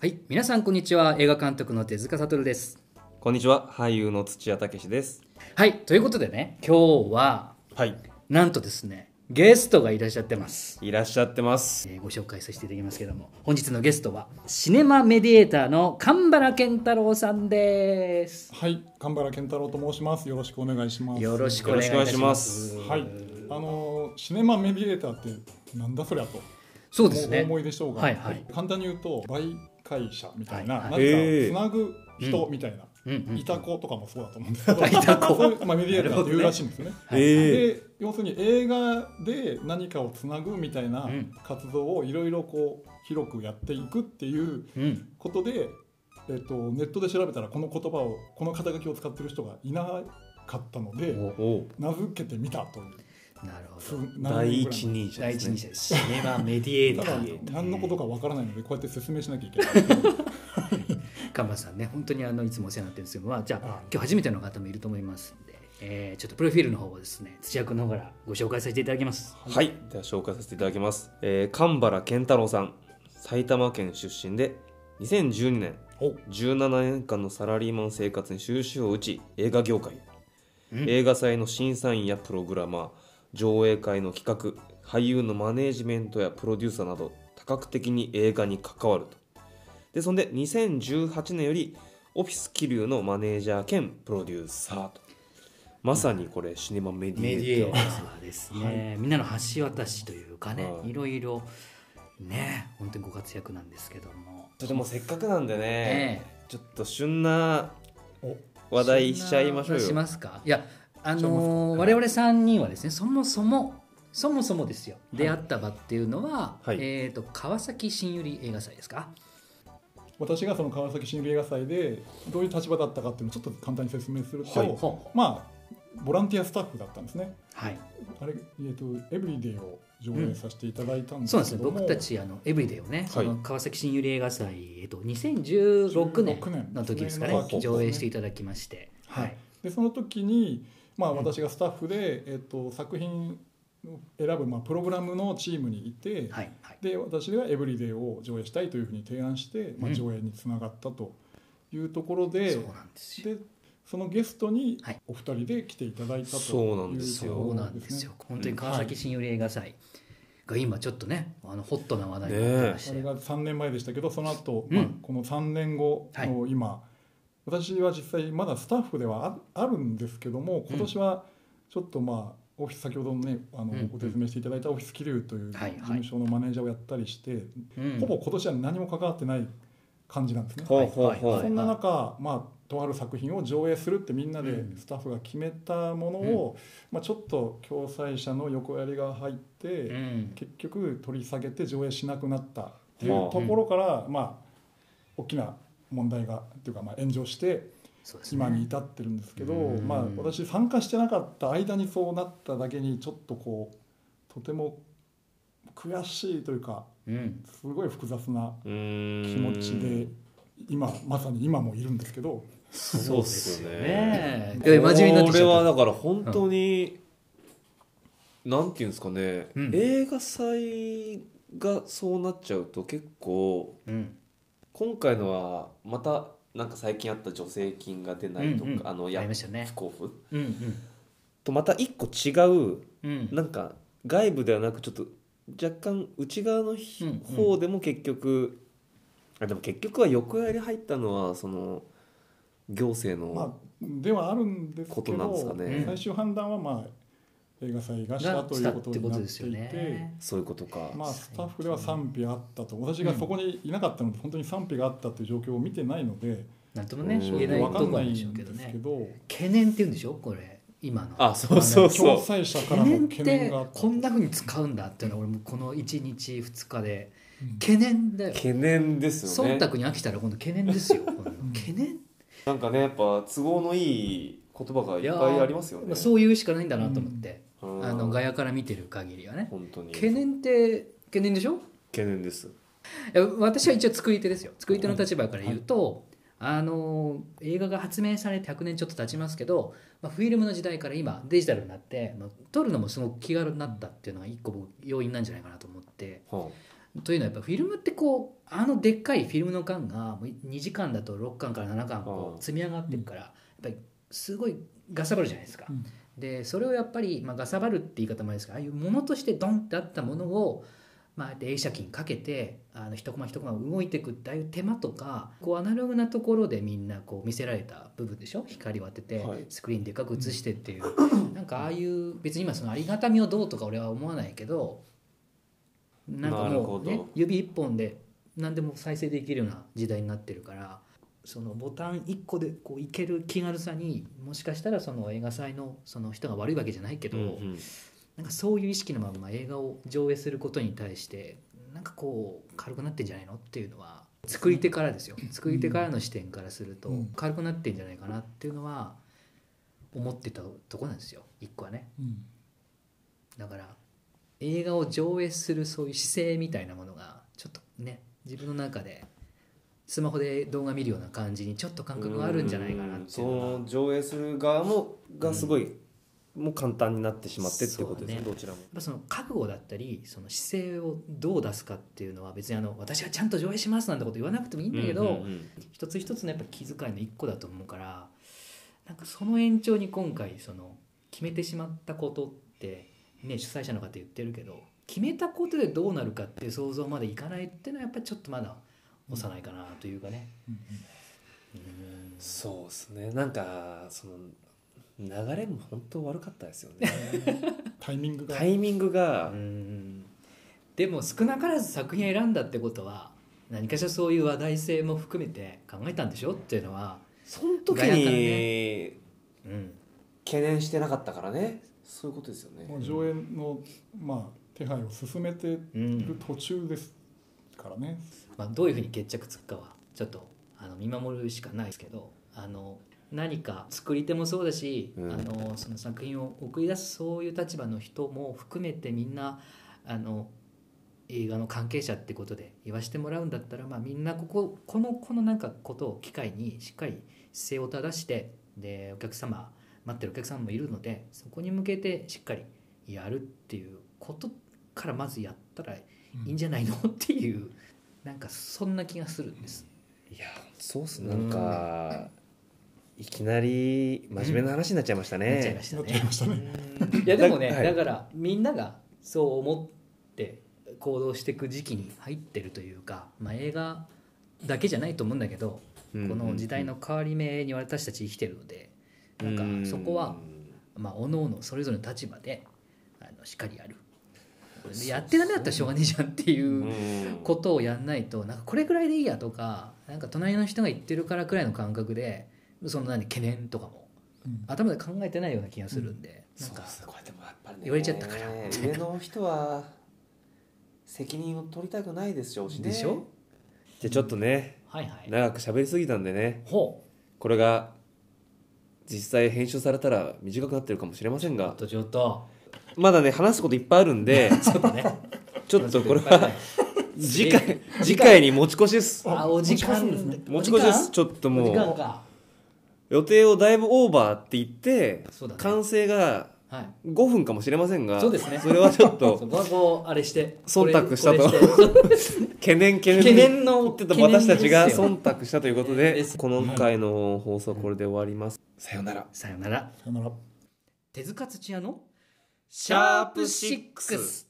はい、皆さんこんにちは。映画監督の手塚悟です。こんにちは俳優の土屋武史ですはい、ということでね、今日ははいなんとですね、ゲストがいらっしゃってます。いらっしゃってますえーご紹介させていただきますけども、本日のゲストはシネマメディエーターの神原健太郎さんです。はい、神原健太郎と申します。よろしくお願いします。よろしくお願いいたします。はい、あのーシネマメディエーターってなんだそりゃとそうですねお。思いでしょうが、はいはい簡単に言うと媒介者みたいな、はいはい何かつなぐ人みたいな、うんうんい。た子とかもそうだと思うんですけ ど、いた子そういうまあ、メディエーターっていうらしいんですね。はいええで要するに映画で何かをつなぐみたいなうん活動をいろいろこう広くやっていくっていううん。ことで、えっとネットで調べたらこの言葉をこの肩書きを使ってる人がいなかったのでおお名付けてみたというなるほ数ど。第何年ぐらい一人者第で一人すね者です。シネマメディエーたタだー。何のことかわからないのでこうやって説明しなきゃいけない 神原さんね本当にあのいつもお世話になってるんですけど、まあ、じゃあはい今日初めての方もいると思いますんで、えーちょっとプロフィールの方をですね土屋君の方からご紹介させていただきますはいでは紹介させていただきます、えー、神原健太郎さん埼玉県出身で2012年17年間のサラリーマン生活に終止符を打ち映画業界へうん映画祭の審査員やプログラマー上映会の企画俳優のマネージメントやプロデューサーなど多角的に映画に関わるとでそんで2018年よりオフィス気流のマネージャー兼プロデューサーとまさにこれシネマメディメデエィエーータターーですね、みんなの橋渡しというかね、はいい、ろいろね本当にご活躍なんですけどもちょっともうせっかくなんでね、えちょっと旬なお話題しちゃいましょうそんな話しよ。ますかいやあしちゃいますかのー我々3人はですねそもそもそもそもですよ出会った場っていうのは、はいえー、と川崎新百合映画祭ですか私がその川崎新聞映画祭でどういう立場だったかっていうのをちょっと簡単に説明すると、はいほうまあボランティアスタッフだったんですねはいあれ、えー、とエブリデイを上映させていただいたんでそうすなんですけねども、僕たちあのエブリデイをね、そのはい川崎新百合映画祭、えっと、2016 16年年の時ですかねそうですね上映していただきまして、ははいい、でその時に、まあ、私がスタッフで、えっと、作品を選ぶ、まあ、プログラムのチームにいて、はいはいで私が「エブリデイ」を上映したいというふうに提案して、まうあ、ん上映につながったというところで,、そうなんですよでそのゲストにはいお二人で来ていただいたというそうなんですよそうところなんですよね本当に川崎新百合映画祭が今ちょっとねあのホットな話題になってましそて、れが3年前でしたけどその後、うんまあこの3年後の今、私は実際まだスタッフではああるんですけども今年はちょっとまあオフィス先ほどもねあの、うんご説明していただいたオフィス気流という事はいはい務所のマネージャーをやったりして、うんほぼ今年は何も関わってない感じなんですね。ほうほうほうはいそんな中、まあ、とある作品を上映するってみんなでうんスタッフが決めたものを、まあ、ちょっと共催者の横やりが入って、うん結局取り下げて上映しなくなったっていうところから、まあ大きな問題がっていうかまあ炎上してそうですね今に至ってるんですけど、うんまあ私参加してなかった間にそうなっただけにちょっとこうとても悔しいというかうんすごい複雑なうーん気持ちで今まさに今もいるんですけどそうですよねこいや真面目になってきちれゃはっただから本当に、なんていうんですかね、うん映画祭がそうなっちゃうと結構うん今回のはまたなんか最近あった助成金が出ないとか、うんうんあのあやりましたね不交付うんとまた一個違ううんうんなんか外部ではなくちょっと若干内側のひ、うんうん方でも結局あでも結局は横やり入ったのはその行政の、まあではあるんですこけとなんですかどね最終判断はまあ映画祭がしたということになっていよて。ねそういうことか、まあ、スタッフでは賛否あったと私がそこにいなかったので、本当に賛否があったという状況を見てないので、なんともねうん言えない分とかこんなないんんでですしょうけどねけど懸念って言うんでしょこれ今のあそうそうそう共催者か懸ら念のっ懸て念があったこんなふうに使うんだっていうのは俺もこの1日2日で懸念だよ懸念ですよね忖度に飽きたら今度懸念 ですよこんなの懸念なんかねやっぱ都合のいい言葉がいっぱいありますよいやねーそういうしかないんだなと思って、うんあのガヤから見てる限りはね本当に懸念って懸念でしょ懸念でいすや私は一応作り手ですよ作り手の立場から言うと、あの映画が発明されて100年ちょっと経ちますけど、まあ、フィルムの時代から今デジタルになって、まあ、撮るのもすごく気軽になったっていうのが一個僕要因なんじゃないかなと思ってはというのはやっぱフィルムってこうあのでっかいフィルムの缶がもう2時間だと6巻から7巻こああう積み上がっていくからやっぱりすごいガサバるじゃないですか。でそれをやっぱり、まあ、ガサバるって言い方もあれですがああいうものとしてドンってあったものを、まあ、あえて映写機にかけてあの一コマ一コマ動いていくってああいう手間とかこうアナログなところでみんなこう見せられた部分でしょ光を当ててはいスクリーンでかく映してっていう、なんかああいう別に今そのありがたみをどうとか俺は思わないけどなんかなるもほう、どね、指一本で何でも再生できるような時代になってるから。そのボタン1個でこういける気軽さにもしかしたらその映画祭のその人が悪いわけじゃないけど、うんなんかそういう意識のまんま映画を上映することに対してなんかこう軽くなってんじゃないのっていうのは作り手からですよ作り手からの視点からするとうん軽くなってんじゃないかなっていうのは思ってたとこなんですよ一個はね。うんだから映画を上映するそういう姿勢みたいなものがちょっとね自分の中でスマホで動画見るような感じにちょっと感覚があるんじゃないかなっていうのそがの上映する側もがすごい、もう簡単になってしまってってことですねそうだねどちらもやっぱその覚悟だったりその姿勢をどう出すかっていうのは別にあの私はちゃんと上映しますなんてこと言わなくてもいいんだけど、うんうんうん一つ一つのやっぱ気遣いの一個だと思うからなんかその延長に今回その決めてしまったことって、ね、主催者の方言ってるけど決めたことでどうなるかっていう想像までいかないっていうのはやっぱりちょっとまだ幼いかなというかね。うんうんそうですねなんかその流れも本当悪かったですよねタイミングがタイミングがうんでも少なからず作品を選んだってことは何かしらそういう話題性も含めて考えたんでしょっていうのは、その時ガヤからにうん、懸念してなかったからねそういうことですよねもう上映の、まあ、手配を進めてういんる途中ですからね、まあ、どういうふうに決着つくかはちょっとあの見守るしかないですけどあの何か作り手もそうだし、うんあのその作品を送り出すそういう立場の人も含めてみんなあの映画の関係者ってことで言わせてもらうんだったら、まあ、みんなこここのこのなんかことを機会にしっかり姿勢を正してでお客様待ってるお客様もいるのでそこに向けてしっかりやるっていうことからまずやったらいいんじゃないのっていうなんかそんな気がするんです。いやそうっすねなんかいきなり真面目な話になっちゃいましたなっちゃいねましなたっちゃいねま。したね。いやでもね、はいだからみんながそう思って行動していく時期に入ってるというか、まあ、映画だけじゃないと思うんだけど、うんこの時代の変わり目に私たち生きてるのでなんかそこは、まあ、各々それぞれの立場であのしっかりやる。やってダメだったらしょうがねえじゃんっていううんことをやんないとなんかこれくらいでいいやとかなんか隣の人が言ってるからくらいの感覚でその何懸念とかもうん頭で考えてないような気がするんで、なんそうかですねこれでもやっぱりね言われちゃったから上の人は責任を取りたくないでしょうしねでしょじゃあちょっとねはいはい長く喋りすぎたんでねほこれが実際編集されたら短くなってるかもしれませんうちょがっとちょっとまだね話すこといっぱいあるん でちょっとね ちょっとこれいぱいはい次っぱ回次回に持ち越しですあお時間持ち越しですね持ち越しですちょょっとお時間もうか予定をだいぶオーバーって言ってそうだね完成がはい5分かもしれませんがそうですねそれはちょっ とそこはこうあれして忖度したとこれこれして懸念懸念懸念の言ってた私たちが懸念忖度したということでこの回の放送はこれで終わります、さようならさよならさよなら手塚土屋のシャープシックス